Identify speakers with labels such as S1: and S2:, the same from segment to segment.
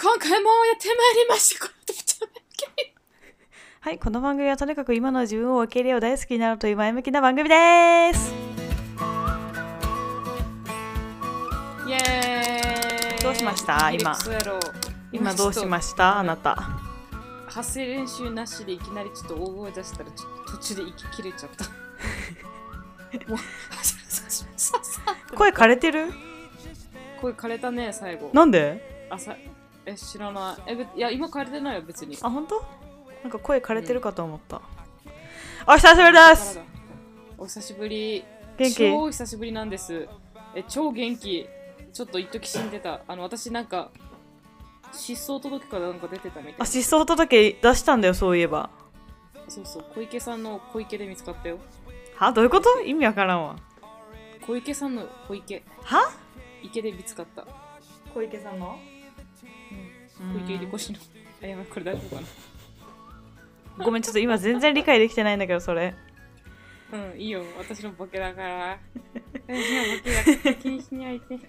S1: 今回もやってまいりました。このとちゃん
S2: はい、この番組はとにかく今の自分を受け入れよう大好きになるという前向きな番組です。
S1: イエーイ。
S2: どうしました今今どうしま
S1: し
S2: したあなた。
S1: た発声練習なしでいきなりちょっと大声出したら、ちょっと途中で息切れちゃ った。もう、ささささ
S2: 声枯れてる
S1: 声枯れたね、最後。
S2: なんで
S1: 朝え、知らない。え、ぶいや、今枯れてないよ、別に。
S2: あ、本当なんか声枯れてるかと思った。お久しぶりです
S1: お久しぶり。超
S2: 元
S1: 久しぶりなんです。え、超元気。ちょっと一時死んでた。あの、私なんか、失踪届からなんか出てたみ
S2: 気
S1: た
S2: あ、
S1: い。
S2: 失踪届出したんだよ、そういえば。
S1: そうそう、小池さんの小池で見つかったよ。
S2: はどういうこと意味わからんわ。
S1: 小池さんの小池、
S2: は
S1: 池で見つかった。小
S2: 小池さんの
S1: 池百合子氏の。あ、やばい、これ大丈夫か
S2: ごめん、ちょっと今全然理解できてないんだけど、それ。
S1: な。うん、いいよ、私のボケだから。私のボケだから気にしないで。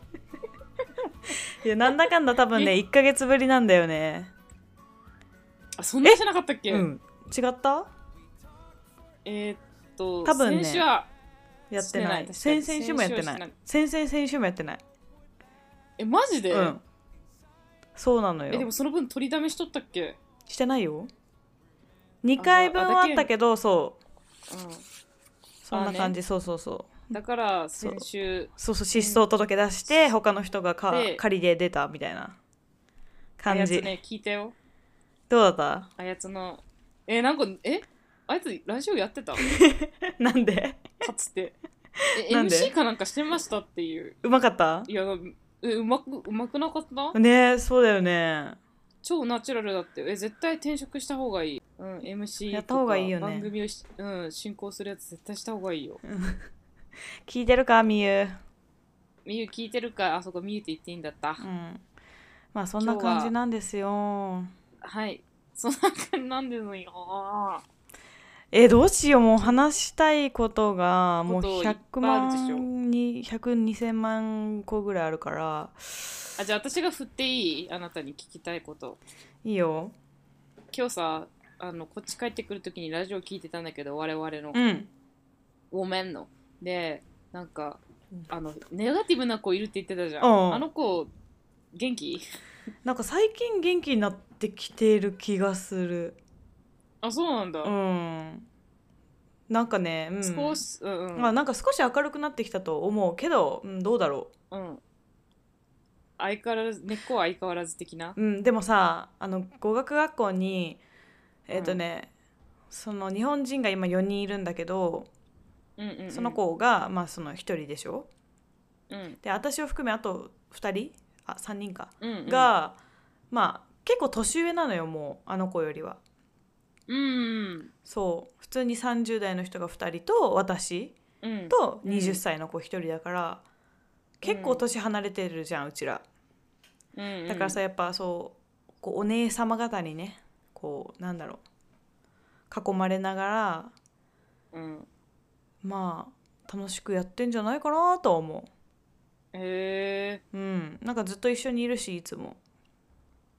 S2: いや、なんだかんだ多分ね、1ヶ月ぶりなんだよね。
S1: あ、そんなじゃなかったっけ、
S2: うん。違った
S1: えーっと、
S2: 多分ね
S1: 先週は、
S2: やってな
S1: してない
S2: い。
S1: 確かに
S2: 先々週もやって
S1: 先週は
S2: な
S1: してない
S2: い。先々先週もやってない。
S1: え、マジで、
S2: うん。そうなの
S1: え、で
S2: よ
S1: も。その分取りだめしとったっけ
S2: してないよ。2回分はあったけど、そう。
S1: う
S2: そんな感じ、そうそうそう。
S1: ん。だから、先週、
S2: そうそう、失踪届出して、他の人がか
S1: で
S2: 仮で出たみたいな
S1: あ
S2: 感
S1: やつ
S2: じ。
S1: ね、聞いたよ。
S2: どうだった
S1: あやつの、え、なんか、えあいつラジオやってたか
S2: なんで
S1: つて。え、
S2: なんで
S1: MC かなんかしてましたっていう。
S2: うまかった
S1: いや、えうまく、うまくなかった
S2: ねえ、そうだよね。
S1: 超ナチュラルだってえ絶対転職した方がいい、うん、MC
S2: やった方がいいよ
S1: と
S2: ね
S1: か番組をし、うん、進行するやつ絶対した方がいいよ
S2: 聞いてるか、みゆ。
S1: みゆ聞いてるかあそこみゆって言っていいんだった、
S2: うん。まあ、そんな感じなんですよ。
S1: はいそんな感じなんですよ
S2: えどうしようもう話したいことがもう
S1: こといっ
S2: 100
S1: ぱいあるでしょ
S2: 万に1002,000万個ぐらいあるから
S1: あじゃあ私が振っていいあなたに聞きたいこと
S2: いいよ
S1: 今日さあのこっち帰ってくるときにラジオ聞いてたんだけど我々の
S2: うん
S1: ごめんのでなんかあのネガティブな子いるって言ってたじゃん、
S2: うん
S1: あの子元気
S2: なんか最近元気になってきてる気がする
S1: あそうなんだ、
S2: うんなんかね、うん、
S1: 少、しうんうん、
S2: まあ、なんか少し明るくなってきたと思うけど、うん、どうだろ
S1: うん。相変わらず、根っこは相変わらず的な。
S2: う、うん、でもさあの語学学校にえっ、とね、その日本人が今4人いるんだけど
S1: うんうんうん
S2: その。子が、まあその1人でしょ
S1: うん。
S2: で私を含めあと2人あ3人か
S1: うん、うん。、
S2: が、まあ結構年上なのよもうあの子よりは
S1: うんうん。
S2: そう普通に30代の人が2人と私
S1: うん。
S2: と
S1: うん
S2: 20歳の子1人だから、結構年離れてるじゃんうちら
S1: うんうん、
S2: だからさやっぱそうこうお姉様方にねこうなんだろう囲まれながら
S1: うん。
S2: まあ楽しくやってんじゃないかなとは思
S1: へえ
S2: ううんなんかずっと一緒にいるしいつも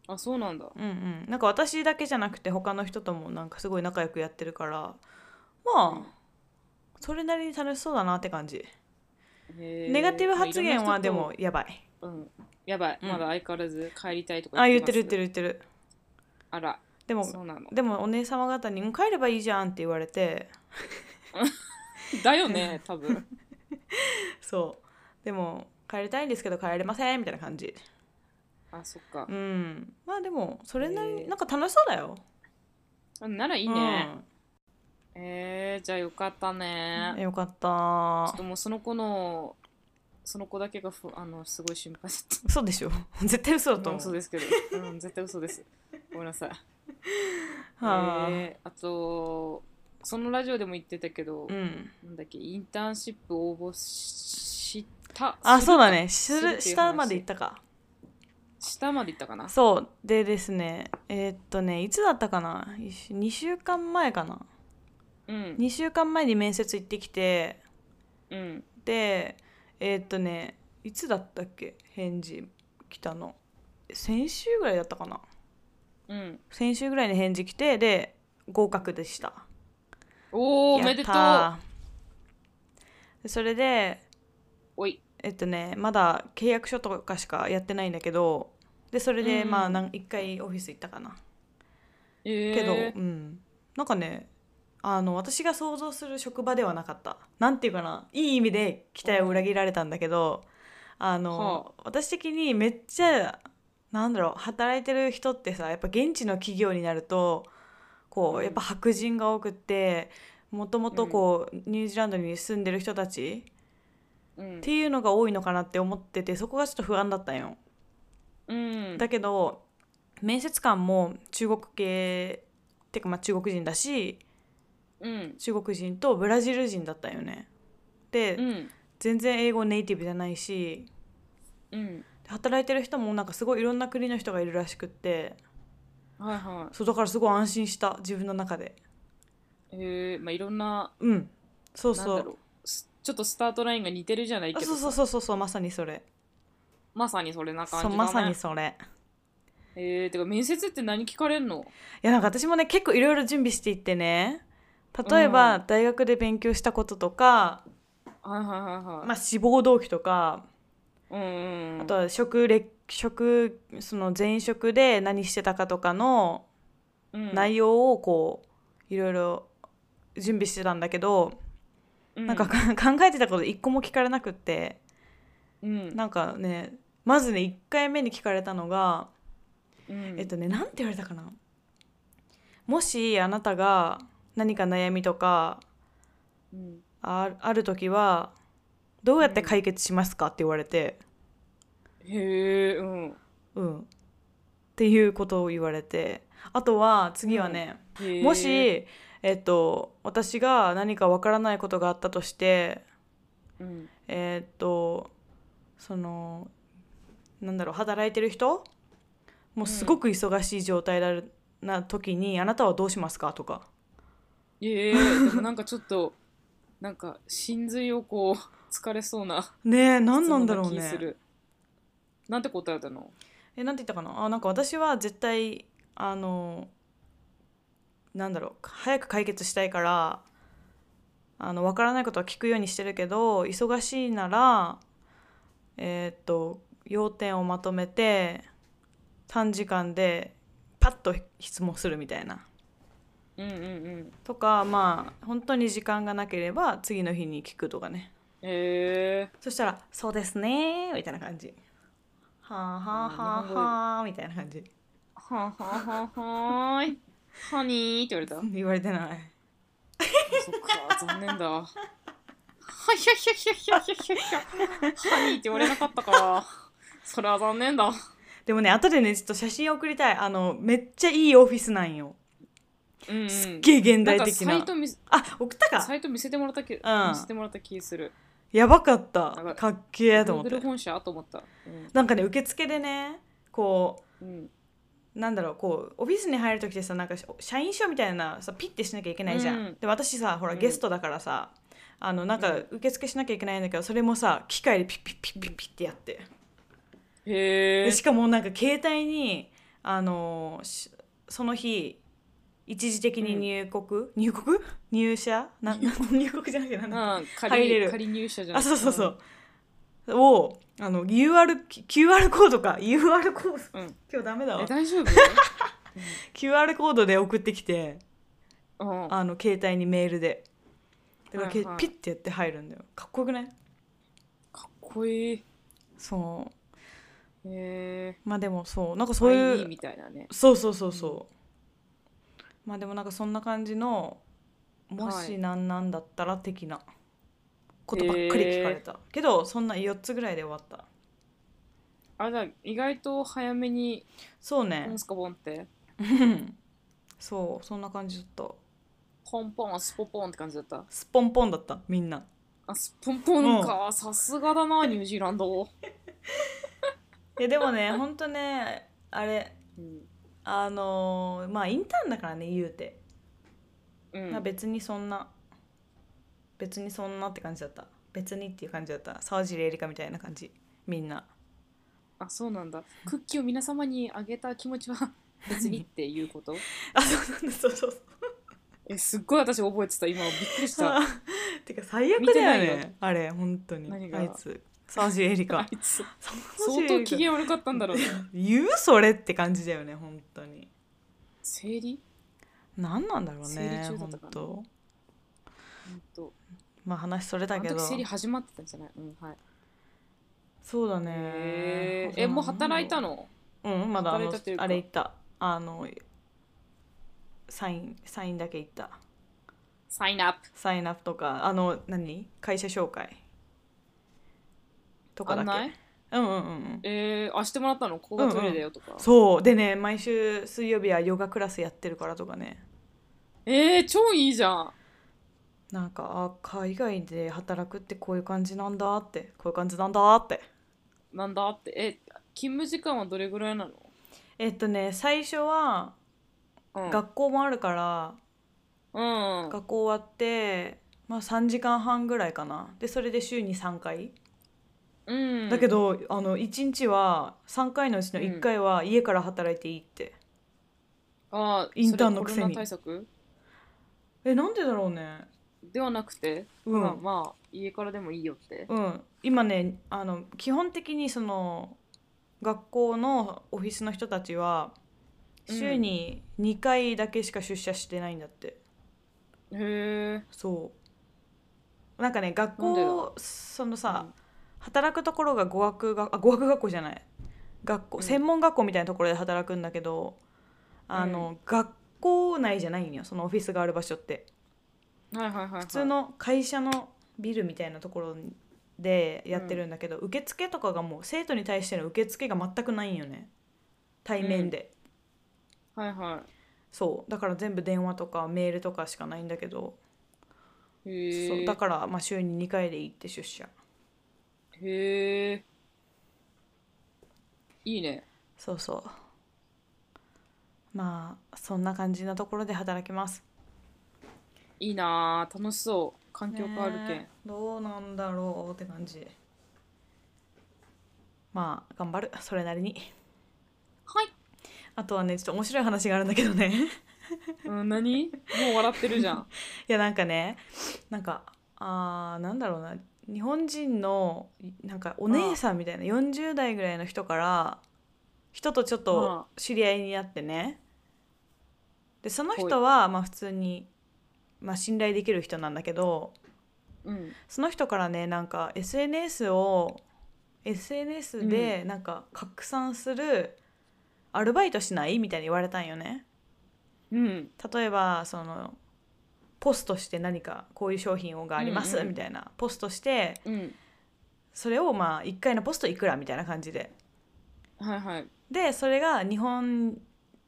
S1: ー。あ、そうなんだ。
S2: うんうん、なんか私だけじゃなくて他の人ともなんかすごい仲良くやってるからまあそれなりに楽しそうだなって感じ、
S1: へー
S2: ネガティブ発言
S1: まあ
S2: はい
S1: ろ
S2: で
S1: んな
S2: もやばい
S1: 人とうん。やばい、
S2: うん
S1: まだ相変わらず帰りたいとか
S2: あ言ってる言って
S1: る。
S2: る言ってる
S1: あら、
S2: でも
S1: そうなの。
S2: でもお姉様方に「もう帰ればいいじゃん」って言われて
S1: だよね、多 分。
S2: そうでも帰りたいんですけど帰れませんみたいな感じ
S1: あ、そっか
S2: う。んまあでもそれなり
S1: へ
S2: に
S1: ー
S2: なんか楽しそうだよ
S1: ならい
S2: い
S1: いね。えー、じゃあよかったね。
S2: よかっ
S1: ちょったともうその子の、その子だけがふあのすごい心配だった。
S2: 嘘でしょ 絶対嘘だと
S1: うん
S2: 思
S1: 嘘
S2: う、
S1: ですけど、うん、絶対嘘です。ごめんなさい。
S2: はあ、
S1: えーあと、そのラジオでも言ってたけど、
S2: うん
S1: なんだっけ、インターンシップ応募しした。
S2: あ
S1: す
S2: そ
S1: る
S2: う
S1: か
S2: だ。ねす
S1: するっていう
S2: る
S1: 話
S2: 下まで行ったか
S1: 下まで行ったかな。
S2: そうでですねえーっとねいつだったかな2週間前かな
S1: うん。
S2: 2週間前に面接行ってきて
S1: うん。
S2: でえーっとねいつだったっけ返事来たの先週ぐらいだったかな
S1: うん
S2: 先週ぐらいに返事来てで合格でした
S1: おおおめでとう
S2: やったーでそれで
S1: おい
S2: えっとねまだ契約書とかしかやってないんだけどでそれで、
S1: うん
S2: まあなん一回オフィス行ったかな
S1: え
S2: けど、
S1: ー
S2: うん、なんかねあの私が想像する職場ではなかったなんていうかないい意味で期待を裏切られたんだけどあの、私的にめっちゃなんだろう働いてる人ってさやっぱ現地の企業になるとこ
S1: う
S2: うんやっぱ白人が多くってもともとこう、ニュージーランドに住んでる人たち
S1: うん
S2: っていうのが多いのかなって思っててそこがちょっと不安だったんよ。
S1: うん
S2: だけど面接官も中国系ってかまあ中国人だし
S1: うん
S2: 中国人とブラジル人だったよねで、
S1: うん
S2: 全然英語ネイティブじゃないし
S1: うん
S2: 働いてる人もなんかすごいいろんな国の人がいるらしくって
S1: はいは
S2: そうだからすごい安心した自分の中で
S1: いえー、まあいろんな
S2: うんそう
S1: なん
S2: そ
S1: だ
S2: う
S1: ろうすちょっとスタートラインが似てるじゃない
S2: あ
S1: けど
S2: そうそうそうそうそうまさにそれ
S1: まさにそれな感じ
S2: そ
S1: だ
S2: う
S1: ね
S2: まさにそれ
S1: えー、てか面接って何聞かれんの
S2: いやなんか私もね結構いろいろ準備していってね例えば、
S1: う
S2: 大学で勉強したこととか、
S1: はいはいはいはい、
S2: まあ、志望動機とか
S1: うんうんうん
S2: あとは職歴職その前職で何してたかとかの
S1: うん
S2: 内容をこういろいろ準備してたんだけど、
S1: うん
S2: なんか か考えてたこと一個も聞かれなくって
S1: うん
S2: なんかねまずね1回目に聞かれたのが、
S1: うん
S2: えっとねなんて言われたかなもしあなたが何か悩みとか
S1: うん
S2: あある時はどうやって解決しますかって言われて、
S1: へえうん
S2: うん、っていうことを言われてあとは次はね、
S1: へー
S2: もし、えっと、私が何かわからないことがあったとして、
S1: うん
S2: えっと、その、なんだろう、働いてる人もうすごく忙しい状態だるな時に、あなたはどうしますかとか。
S1: えー、でもなんかちょっとなんか神髄をこう 疲れそうな
S2: ねえ、何なんだろ
S1: 質
S2: う
S1: 問な気す
S2: ね。
S1: るなんて答えたの
S2: え、なんて言ったかなあ、なんか私は絶対、あの、なんだろう、早く解決したいから、あの、わからないことは聞くようにしてるけど、忙しいなら、えーっと要点をまとめて短時間でパッと質問するみたいな
S1: うんうんうん
S2: とかまあ本当に時間がなければ次の日に聞くとかね
S1: へえ
S2: そしたら「そうですね」みたいな感じ「はあはあはあはあ」みたいな感じ
S1: ー、はんはんはんはーいハニーって言われた
S2: 言われてない
S1: そっか、残念だ。はひゃひゃひゃひゃひゃひゃひゃ。ハニーって言われなかったから。それは残念だ。
S2: でもね後でねちょっと写真送りたいあのめっちゃいいオフィスなんよ
S1: うん、うん。
S2: すっげえ現
S1: なん
S2: 代
S1: か
S2: 的
S1: サ
S2: な
S1: イト見せ
S2: あ送った
S1: サ
S2: か
S1: イト見せてもらったけ、
S2: うん
S1: 見せてもらった気する。
S2: やばかった
S1: なんか
S2: かっけえと思っ
S1: Google
S2: て
S1: 本社と思った。
S2: なんかね受付でねこう
S1: うん。うん。
S2: なんだろうこうオフィスに入る時ってさなんかし社員証みたいなさピッてしなきゃいけないじゃん、
S1: うん
S2: で私さほら、
S1: うん
S2: ゲストだからさあのなんか
S1: うん
S2: 受付しなきゃいけないんだけどそれもさ機械でピッピッピッピッピッってやって
S1: へ
S2: で
S1: え。
S2: しかもなんか携帯にあのーしその日一時的に入国、入国入社な入国じゃなくてなんだ
S1: うん、
S2: 入れ
S1: 仮
S2: る
S1: 仮入社じゃん。
S2: あそうそうそう、をあの UR QR コードか UR コード
S1: うん。うん。
S2: 今日ダメだ
S1: え、
S2: わ
S1: 大 丈夫
S2: QR コードで送ってきて
S1: うん。
S2: あの携帯にメールでだからけ、
S1: はいはい
S2: ピッてやって入るんだよかっこよくない
S1: かっこいい。
S2: そ
S1: へえ。
S2: うまあでもそうなんかそ
S1: そうう
S2: い
S1: いうう。みたいなね。
S2: そうそうそうそうまあでもなんかそんな感じのもしなんなんだったら的なことばっかり聞かれた、けどそんな4つぐらいで終わった
S1: あ、じゃあ意外と早めに、
S2: そう
S1: ポ
S2: ね
S1: ンスカボンって、
S2: そうそんな感じだった
S1: ポンポン、スポポンって感じだった。
S2: スポンポンだったみんな
S1: あスポンポンか、さすがだな、ニュージーランド。
S2: いやで もねほんとねあれ
S1: うん。
S2: あのーまあインターンだからね言うて
S1: うん
S2: まあ、別にそんな別にそんなって感じだった別にっていう感じだった沢尻エリカみたいな感じみんな
S1: あそうなんだクッキーを皆様にあげた気持ち は別にっていうこと
S2: あそうなんだそうそうそう
S1: えすっごい私覚えてた今びっくりした
S2: あ てか最悪だよ
S1: 見てないよ
S2: ねあれ本当に
S1: 何が
S2: あいつ沢尻エリ
S1: あ
S2: カ
S1: いつ
S2: 沢
S1: 相
S2: 尻エ
S1: 当
S2: リカ
S1: 機嫌悪かったんだろうね
S2: 言うそれって感じだよね本当に
S1: 生理
S2: 何なんだろうね
S1: 生理中だっ
S2: 本
S1: たかな
S2: 当
S1: ほんと
S2: まあ話それだけ
S1: あ
S2: ど
S1: の時生理始まってたんじゃないうんはい
S2: そうだね
S1: へーえもう働いたの
S2: うんまだあ
S1: 働い
S2: の
S1: たというか
S2: あれ行ったあのサインサインだけ行った
S1: サインアップ
S2: サインアップとかあの何会社紹介とかだ
S1: 案
S2: っ
S1: 内
S2: けうんうんうんうん
S1: えー、あしてもらったのここがトイレだよとか、
S2: そうでね毎週水曜日はヨガクラスやってるからとかね
S1: えー、超いいじゃん
S2: なんかあ海外で働くってこういう感じなんだってこういう感じなんだって
S1: なんだってえ勤務時間はどれぐらいなの、
S2: えっとね最初は
S1: うん、
S2: 学校もあるから、
S1: うん
S2: 学校終わってまあ3時間半ぐらいかなでそれで週に3回、
S1: うん
S2: だけどあの1日は3回のうちの1回は家から働いていいって、
S1: あ
S2: インターンのく
S1: そ
S2: せに
S1: れコロナ対策
S2: えなんでだろうね
S1: ではなくて、
S2: うん、
S1: まあまあ家からでもいいよって
S2: うん、今ねあの基本的にその学校のオフィスの人たちは
S1: うん
S2: 週に2回だけしか出社してないんだって、
S1: へえ
S2: そうなんかね学
S1: なんでだ
S2: 校そのさ、働くところが語学があ語学学校じゃない学校、
S1: うん
S2: 専門学校みたいなところで働くんだけどあの、学校内じゃないんよそのオフィスがある場所って
S1: はいはいはい、はい、
S2: 普通の会社のビルみたいなところでやってるんだけど、受付とかがもう生徒に対しての受付が全くないんよね対面で、
S1: はいは
S2: そうだから全部電話とかメールとかしかないんだけど、
S1: いへ
S2: そう
S1: え
S2: だからまあ週に2回で行って出社
S1: へえいいね
S2: そうそうまあそんな感じなところで働きます
S1: いいなー楽しそう環境変わるけん、
S2: ねえどうなんだろうって感じまあ頑張るそれなりに
S1: はい、
S2: あとはねちょっと面白い話があるんだけどね
S1: うん、何もう笑ってるじゃ ん
S2: いやなんかねなんかあーなんだろうな日本人のなんかお姉さんみたいな40代ぐらいの人から人とちょっ
S1: あ
S2: と知り合いになってねでその人はまあ普通に、まあ、信頼できる人なんだけど
S1: うん
S2: その人からねなんか SNS を SNS でなんか拡散するアルバイトしないみたいに言われたんよね。
S1: うん
S2: 例えばそのポストして何かこういう商品をがあります
S1: うんうん
S2: みたいなポストして
S1: うん
S2: それをまあ1回のポストいくらみたいな感じで
S1: はいはい
S2: でそれが日本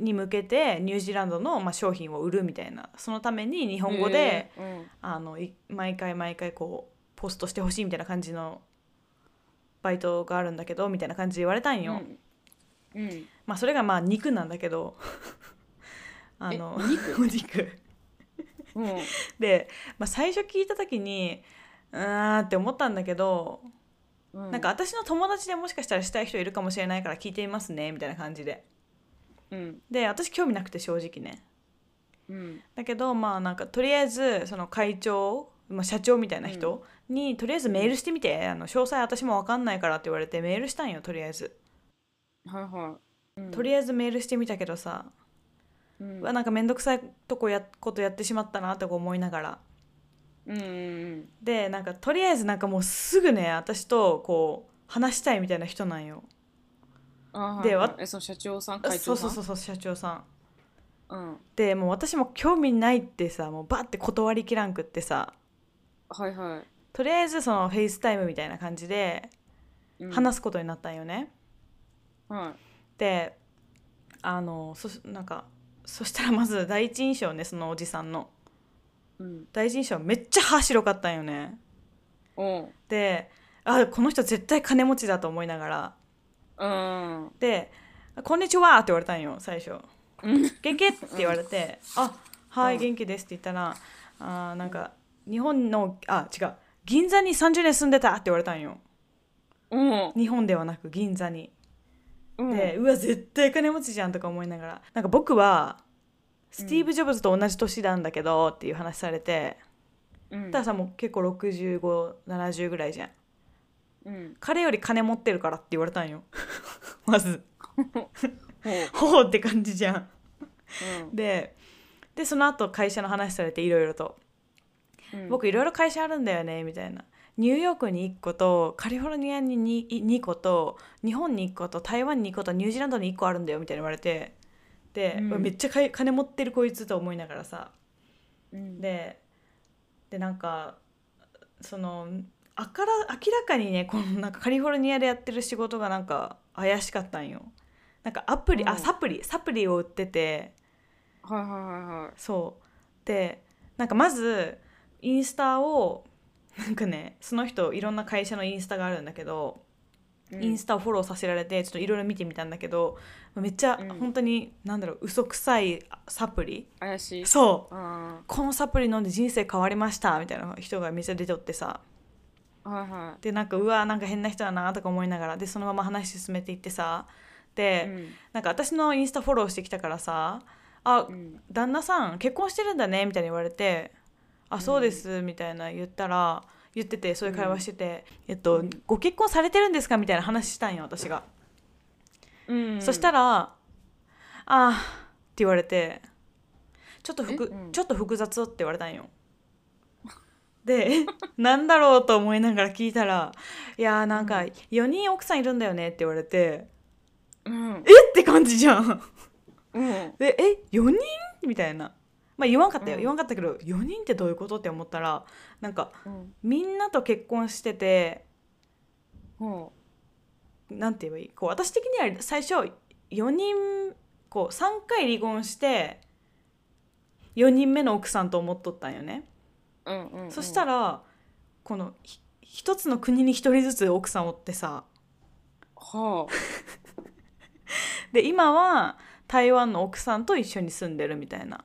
S2: に向けてニュージーランドのまあ商品を売るみたいなそのために日本語で、
S1: へー
S2: あのい毎回毎回こうポストしてほしいみたいな感じのバイトがあるんだけどみたいな感じで言われたん
S1: うんう
S2: よ、
S1: ん、うん、
S2: まあそれがまあ肉なんだけど あの
S1: え肉
S2: お 肉
S1: うん
S2: で、まあ、最初聞いた時にうーんって思ったんだけど、
S1: うん
S2: なんか私の友達でもしかしたらしたい人いるかもしれないから聞いてみますねみたいな感じで
S1: うん
S2: で私興味なくて正直ね
S1: うん
S2: だけどまあなんかとりあえずその会長、まあ、社長みたいな人に、とりあえずメールしてみてあの詳細私も分かんないからって言われてメールしたんよとりあえず、
S1: はいはい、うん、
S2: とりあえずメールしてみたけどさ、
S1: うん
S2: うわなんか面倒くさいとこやことやってしまったなとか思いながら
S1: うんうん
S2: でなんかとりあえずなんかもうすぐね私とこう話したいみたいな人なんよ
S1: うん。
S2: で
S1: で、
S2: わ
S1: わえその社長さん、会
S2: そ
S1: 長
S2: う
S1: さん。
S2: そうそうそう社長さん
S1: うん。
S2: でもう私も興味ないってさもうバッて断りきらんくってさ
S1: はいは
S2: とりあえずそのフェイスタイムみたいな感じで
S1: い。うん、
S2: 話すことになったんよね、
S1: は
S2: であのそなんかそしたらまず第一印象ねそのおじさんの
S1: い。うん。
S2: 第一印象めっちゃ歯白かったんよね
S1: おう。
S2: であこの人絶対金持ちだと思いながら
S1: うん。
S2: で「こんにちは」って言われたんよ最初
S1: うん
S2: 「元気?」って言われて「あは
S1: う
S2: い
S1: ん
S2: 元気です」って言ったら「あーなんか日本のあ違う銀座に30年住んでた」って言われたんよ
S1: うん。
S2: 日本ではなく銀座に
S1: うん
S2: で、うわ絶対金持ちじゃんとか思いながらなんか僕はスティーブ・ジョブズと同じ年なんだけどっていう話されて、
S1: うん
S2: タラさんも結構6570ぐらいじゃん
S1: うん
S2: 彼より金持ってるからって言われ たんよまず
S1: ほう
S2: ほうって感じじゃん
S1: うん
S2: ででその後会社の話されていろいろと
S1: うん
S2: 僕いろいろ会社あるんだよねみたいなニューヨークに1個とカリフォルニアに 2, 個と日本に1個と台湾に1個とニュージーランドに1個あるんだよみたいに言われてで、
S1: うん
S2: うわめっちゃかい金持ってるこいつと思いながらさ
S1: うん
S2: ででなんかそのあから明らかにねこのなんかカリフォルニアでやってる仕事がなんか怪しかったんよ。なんかアプリ、
S1: う
S2: あ
S1: ん
S2: サプリサプリを売ってて
S1: はいはいはいはい
S2: そうでなんかまずインスタをなんかねその人いろんな会社のインスタがあるんだけど、
S1: うん
S2: インスタをフォローさせられてちょっといろいろ見てみたんだけどめっちゃ
S1: うん
S2: 本当に、なんだろう嘘くさいサプリ
S1: 怪しい
S2: そう
S1: あ
S2: このサプリ飲んで人生変わりましたみたいな人がめっちゃ出ておってさ
S1: ーはいは
S2: でなんかうわなんか変な人だなとか思いながらでそのまま話進めていってさ
S1: い
S2: で、
S1: うん
S2: なんか私のインスタフォローしてきたからさあ
S1: うん
S2: 旦那さん結婚してるんだねみたいに言われて「あそうです」みたいな言ったら言っててそういう会話してて「えっと、
S1: うん
S2: ご結婚されてるんですか?」みたいな話したんよ私が、
S1: うん
S2: そしたら「ああ」って言われてちょっとふく、
S1: えうん
S2: ちょっと複雑って言われたんよで えなんだろうと思いながら聞いたら「いやーなんか
S1: う
S2: 4人奥さんいるんだよね」って言われて
S1: うん
S2: 「えっ!」て感じじゃん
S1: うん
S2: で「え4人?」みたいなまあ言わんかったよ、
S1: うん
S2: 言わんかったけど4人ってどういうことって思ったらなんか
S1: うん
S2: みんなと結婚してて
S1: ほ
S2: なんて言えばいいこう私的には最初4人こう3回離婚して4人目の奥さんと思っとったんよね、
S1: ううんうんうん
S2: そしたらこのひ一つの国に一人ずつ奥さんおってさ
S1: は
S2: で今は台湾の奥さんと一緒に住んでるみたいな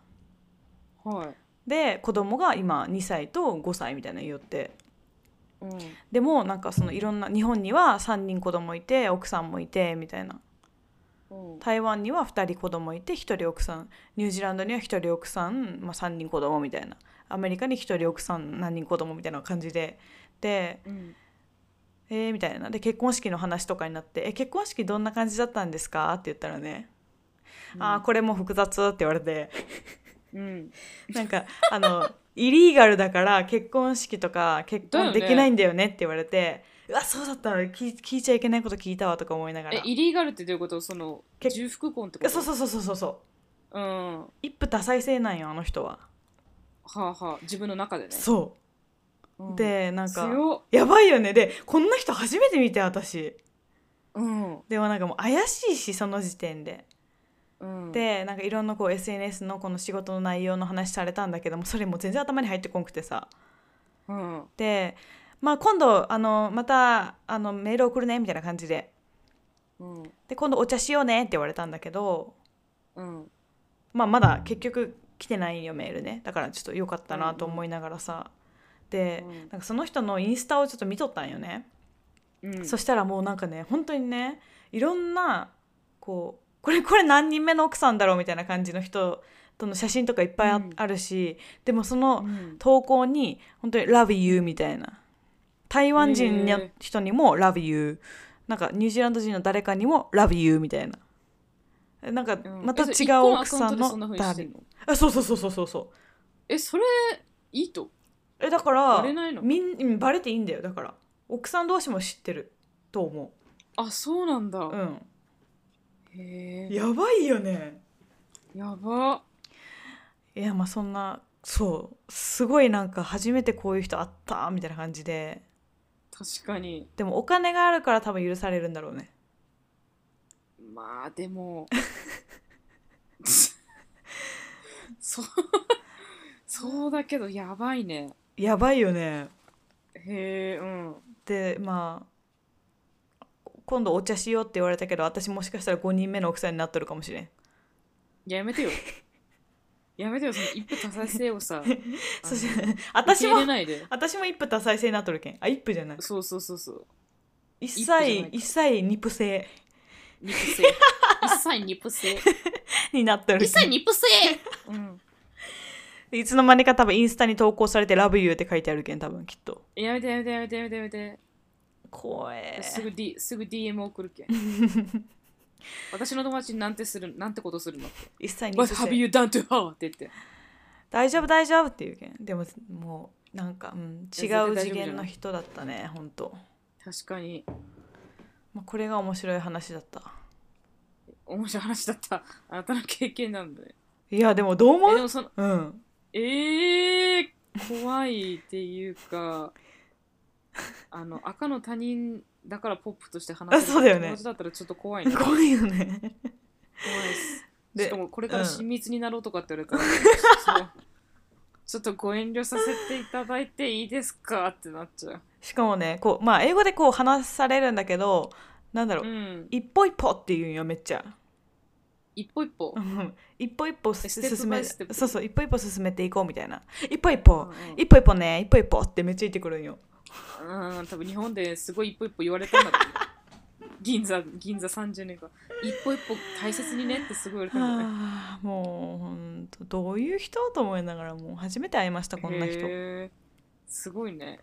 S1: あはい
S2: で子供が今2歳と5歳みたいな言いよって
S1: うん
S2: でもなんかそのいろんな日本には3人子供いて奥さんもいてみたいな
S1: うん
S2: 台湾には2人子供いて1人奥さんニュージーランドには1人奥さん、まあ、3人子供みたいなアメリカに1人奥さん何人子供みたいな感じでで
S1: うん
S2: えー、みたいなで結婚式の話とかになって「え結婚式どんな感じだったんですか?」って言ったらね「ああこれも複雑」って言われて
S1: うん
S2: なんかあのイリーガルだから結婚式とか結
S1: だよ
S2: 婚
S1: ね
S2: できないんだよねって言われて、うわそうだった聞い聞いちゃいけないこと聞いたわとか思いながら
S1: えイリーガルってどういうことその
S2: け
S1: 重複婚ってこと
S2: そうそうそうそうそうそ
S1: う
S2: う
S1: んは
S2: 一夫多妻制なんよあの人は、
S1: あはあ自分の中でね
S2: そ
S1: うん
S2: うでなんか
S1: 強っ
S2: やばいよねでこんな人初めて見て私
S1: うん
S2: でもなんかもう怪しいしその時点で
S1: うん
S2: でなんかいろんなこう SNS のこの仕事の内容の話されたんだけどもそれもう全然頭に入ってこんくてさ
S1: うん
S2: でまあ今度あのまたあのメール送るねみたいな感じで
S1: うん
S2: で今度お茶しようねって言われたんだけど
S1: うん
S2: まあまだ結局来てないよメールねだからちょっとよかったなと思いながらさ、で
S1: うん
S2: なんかその人のインスタをちょっと見とったんよね、
S1: うん
S2: そしたらもうなんかね本当にねいろんなこうこれこれ何人目の奥さんだろうみたいな感じの人との写真とかいっぱいあ,、
S1: うん
S2: あるしでもそうの
S1: ん
S2: 投稿に本当に「Love You」みたいな台湾人の
S1: へえ
S2: 人にも「Love You」なんかニュージーランド人の誰かにも「Love You」みたいななんか
S1: うん
S2: また
S1: え
S2: 違
S1: それ一個
S2: う
S1: のア
S2: 奥
S1: カウン
S2: さ
S1: ト
S2: ん
S1: でそんな
S2: の
S1: 風にしてん
S2: 誰
S1: の
S2: あそうそうそうそうそうそう
S1: えそれいいと
S2: えだか
S1: バ
S2: ら
S1: レないの
S2: みんうんバレていいんだよだから奥さん同士も知ってると思
S1: あそうなんだ、
S2: ううん
S1: へえ
S2: やばいよね
S1: やば
S2: いやまあそんなそうすごいなんか初めてこういう人あったみたいな感じで
S1: 確かに
S2: でもお金があるから多分許されるんだろうね
S1: まあで もそうそうだけどやばいね
S2: やばいよね
S1: へえうん
S2: でまあ今度お茶しようって言われたけど私もしかしたら5人目の奥さんになっとるかもしれん
S1: や めてよやめてよその一夫多妻制をさあ
S2: そ
S1: の
S2: して
S1: 受け
S2: 私
S1: 入れ
S2: も
S1: ないで
S2: 私も一夫多妻制になっとるけんあ一夫じゃない
S1: そうそうそうそう
S2: 一
S1: 夫じゃない
S2: 切一切二夫制
S1: ニプ セ。一切ニプセ。
S2: になってる
S1: 一切ニプセ。うん。
S2: いつの間にか多分インスタに投稿されて「Love You」って書いてあるけん多分きっと
S1: やめてやめてやめてやめてやめて。
S2: 怖え
S1: すぐ D すぐ DM 送る けん。私の友達になんてするなんてことするのって。
S2: 一切に
S1: What have you done to her? って言って。
S2: 大丈夫大丈夫っていうけんでももうなんか、うん、違
S1: 絶対大
S2: う
S1: 丈夫じ
S2: 次
S1: ゃない
S2: 元の人だったね本当
S1: 確かに
S2: まあこれが面白い話だった
S1: 面白い話だった。あなたの経験なんだね。
S2: いやでもどう思
S1: えで
S2: う
S1: もその
S2: うん
S1: ええー、怖いっていうか、あの、赤の他人だからポップとして話せる
S2: あそうだよね
S1: 友達だったらちょっと怖いね。怖い
S2: 怖いよね
S1: です。
S2: で
S1: しかもこれから親密になろうとかって言われたら、そうちょっとご遠慮させていただいていいですかってなっちゃう。
S2: しかもねこうまあ英語でこう話されるんだけどなんだろう、
S1: うん。
S2: 一歩一歩っていうんよめっちゃ
S1: 一歩一歩
S2: う。ん一歩一歩す
S1: ステップ
S2: 進
S1: バ
S2: め
S1: イステップ
S2: そうそう一歩一歩進めていこうみたいな一歩一歩、
S1: うん
S2: 一歩一歩ね一歩一歩ってめっちゃ言ってくるんよ
S1: うん、うん多分日本ですごい一歩一歩言われたんだろうね銀座、銀座30年間。一歩一歩大切にねってすごい言われたんだね。
S2: はあもうほんとどういう人と思いながらもう初めて会いましたこんな人
S1: へーすごいね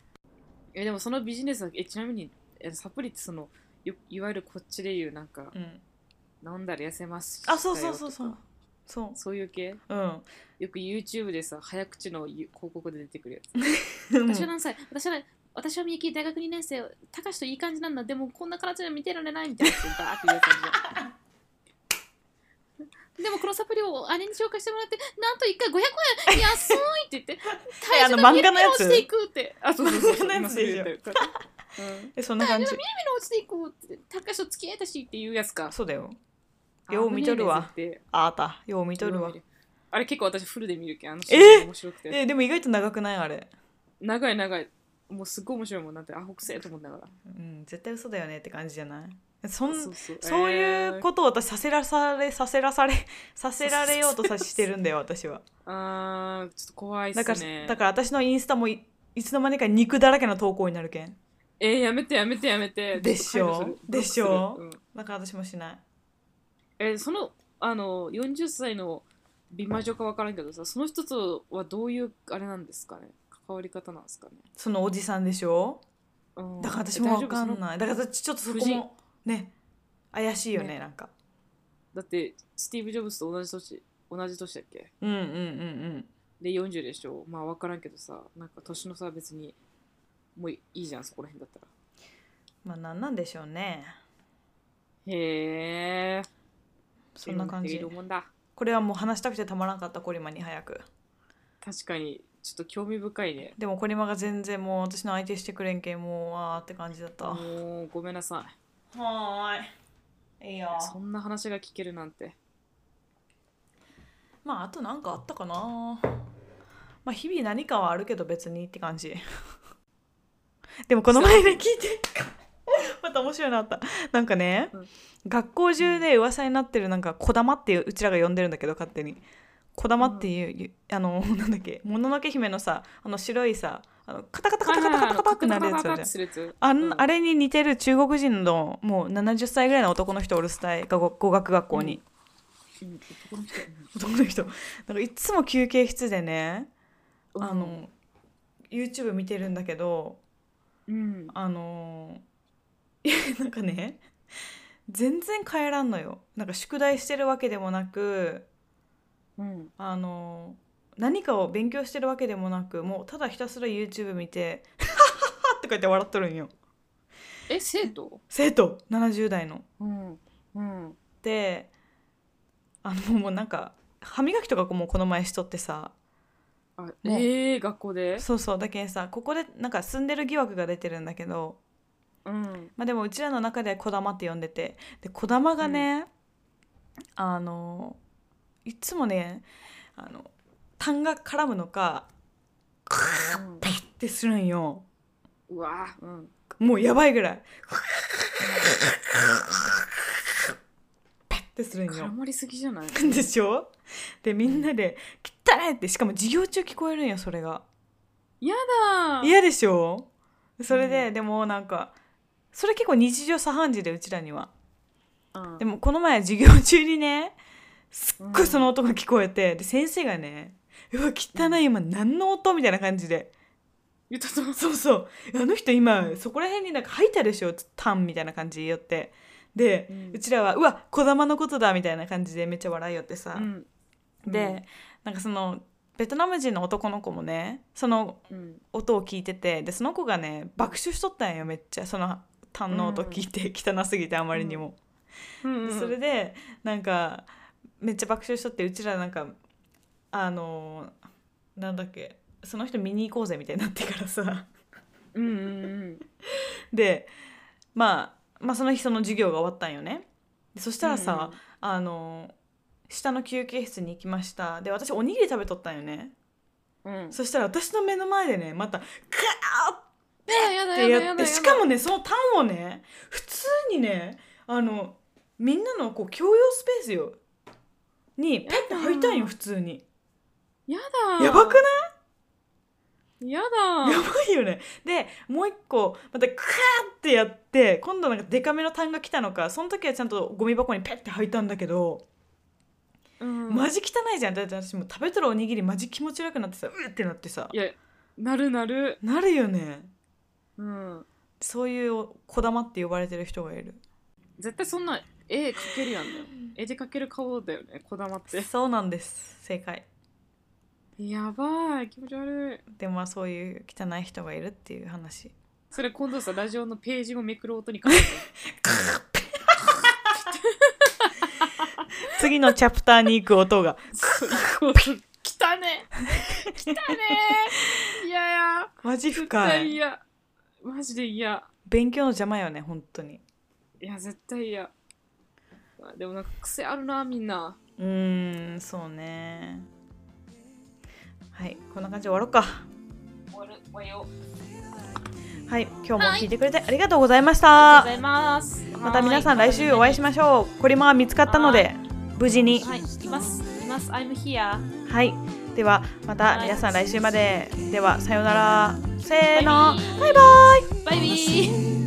S1: えでもそのビジネスはえちなみにえサプリってそのよいわゆるこっちで言うなんか
S2: うん、
S1: 飲んだら痩せます
S2: あそうそうそうそ
S1: だよ
S2: うそ
S1: とかそういう系
S2: う
S1: よく YouTube でさ早口のゆ広告で出てくるやつ
S2: うん
S1: 私は何歳私は私はみゆき大学2年生たかしといい感じなんだでもこんな形で見てられないみたいなやつバーって言う感じでもこのサプリを姉に紹介してもらってなんと1回500円安いって言 って
S2: えあ
S1: 体
S2: の
S1: 重が
S2: 漫
S1: 見
S2: 画
S1: る
S2: のやつ
S1: 落ちていくってあそうそうそう
S2: 漫画のやつでしょ
S1: 今すぐ言ったようん
S2: えそんな感じ
S1: 目の落ちていくってたかしと付き合えたしっていうやつか
S2: そうだよよう見とるわ
S1: 危ねえね
S2: あーたよう見
S1: 絶対
S2: とるわ
S1: あれ結構私フルで見るけんあの
S2: え
S1: ーン面白くて
S2: えでも意外と長くないあれ
S1: 長い長いもうすっごい面白いもんなんてアホくせえと思いながら
S2: うん絶対嘘だよねって感じじゃないそん
S1: うそう
S2: そういうことを私させらされさせらされ させられようとさしてるんだよ私は
S1: とあーちょっと怖いっすね
S2: だからだから私のインスタもいいつの間にか肉だらけの投稿になるけん
S1: えー、やめてやめてやめて
S2: でしょ
S1: ちっと
S2: で
S1: 配慮す
S2: し
S1: る
S2: ょ
S1: ブロックする
S2: だから私もしない
S1: うんえーそのあの40歳の美魔女かわからんけどさその人とはどういうあれなんですかね関わり方なんですかね、
S2: そのおじさんでしょ
S1: うん
S2: だから私もわか
S1: え大丈夫
S2: ん
S1: その
S2: ないだからちょっとそこ
S1: 夫人
S2: もね怪しいよね
S1: ね
S2: なんか
S1: だってスティーブ・ジョブズと同じ年同じ年だっけ
S2: うんうんうんうん
S1: で40でしょまあわからんけどさなんか年の差は別にもういいじゃんそこら辺だったら
S2: まあなんなんでしょうね
S1: へえ
S2: そんな感
S1: い
S2: じ
S1: るもんだ
S2: これはもう話したくてたまらんかったコリマに早く
S1: 確かにちょっと興味深いね
S2: でもコリマが全然もう私の相手してくれんけんもうあーって感じだったは
S1: もうごめんなさ
S2: ーいいいよ
S1: いそんな話が聞けるなんて
S2: まああとなんかあったかなまあ日々何かはあるけど別にって感じでもこの前ね聞いてまた面白いのあったなんかね、
S1: うん
S2: 学校中で噂になってるなんか「こだま」っていううちらが呼んでるんだけど勝手に「こだま」っていう、ゆあのなんだっけ「もののけ姫」のさあの白いさあのカタカタカタカタカタカタってなるやつあるじゃん
S1: するやつ
S2: あ
S1: うん
S2: あれに似てる中国人のもう70歳ぐらいの男の人おるスタイが語語学学校に、
S1: うん男の人
S2: 男の人なんかいつも休憩室でね、
S1: うん
S2: あの YouTube 見てるんだけど
S1: うん
S2: あのいやなんかね全然帰らんのよなんか宿題してるわけでもなく
S1: うん
S2: あの何かを勉強してるわけでもなくもうただひたすら YouTube 見て 「ハッハッハッ」って書いて笑っとるんよ
S1: え生徒
S2: 生徒70代の。
S1: うんうん
S2: であのもうなんか歯磨きとかもうこの前しとってさ
S1: あ
S2: もう
S1: ええ学校で
S2: そうそうだけんさここでなんか住んでる疑惑が出てるんだけど、
S1: うん
S2: まあ、でもうちらの中では「こだま」って呼んでてでこだまがね、あのいつもねあの痰が絡むのか
S1: うん
S2: ペッてするんよ
S1: うわうん
S2: もうやばいぐらいペッてするん
S1: 絡
S2: よ
S1: まりすぎじゃない
S2: でしょでみんなで「汚い!」ってしかも授業中聞こえるんよそれが
S1: やだ
S2: 嫌でしょそれで、
S1: うん
S2: でもなんかそれ結構日常茶飯事でうちらには
S1: うん
S2: でもこの前授業中にねすっごいその音が聞こえて、で先生がね「うわ汚い今何の音?」みたいな感じで
S1: 言ったと思う
S2: そうそう「あの人今そこら辺になんか吐いたでしょ」つタンみたいな感じで言いよってで、
S1: う
S2: うんちらは「うわこだまのことだ」みたいな感じでめっちゃ笑いよってさ、
S1: うん
S2: で、なんかそのベトナム人の男の子もねその
S1: うん
S2: 音を聞いててでその子がね爆笑しとったんよめっちゃその堪能音聞いて、汚すぎてあまりにも、
S1: うん
S2: でそれでなんかめっちゃ爆笑しとってうちらなんかあのなんだっけその人見に行こうぜみたいになってからさ
S1: うんうんうん
S2: で、まあ、まあその日その授業が終わったんよねでそしたらさ、
S1: うん
S2: あの下の休憩室に行きましたで私おにぎり食べとったんよね
S1: うん
S2: そしたら私の目の前でねまたカーッ
S1: えーや
S2: っ
S1: だ
S2: て
S1: やだ
S2: や
S1: や
S2: っ
S1: だ
S2: てしかもねそのタンをね普通にねあのみんなのこう共用スペースよにペッて履いたん
S1: や
S2: よ
S1: だ
S2: 普通に
S1: やだ
S2: やばく
S1: いや
S2: ないや
S1: だ
S2: ばいよねでもう一個またクワーってやって今度なんかデカめのタンが来たのかその時はちゃんとゴミ箱にペッて履いたんだけど、
S1: うん
S2: マジ汚いじゃんだって私もう食べとるおにぎりマジ気持ち悪くなってさうってなってさ
S1: いやなるなる
S2: なるよね
S1: うん
S2: そういうこだまって呼ばれてる人がいる
S1: 絶対そんな絵描けるやんだよ絵で描ける顔だよねこだま って
S2: そうなんです正解
S1: やばい気持ち悪い
S2: でまあそういう汚い人がいるっていう 話
S1: それ今度さラジオのページをめくる音に 変えて
S2: 次のチャプターに行く音が
S1: そうこう汚ね汚ねいやや
S2: マジ
S1: 絶
S2: 深
S1: 対
S2: い
S1: 嫌マジで嫌
S2: 勉強の邪魔よね本当に
S1: いや絶対嫌あでもなんか癖あるなみんな
S2: うーんそうねはいこんな感じで終わろうか
S1: 終わる終わよう
S2: はい今日も聞いてくれてありがとうございまし
S1: あ
S2: た、
S1: りがとうございます
S2: また皆さん来週お会いしましょうコリマが見つかったので無事に
S1: はいいますいます I'm here
S2: はいではまた皆さん来週までではさようならせーのバイバイ
S1: バイビー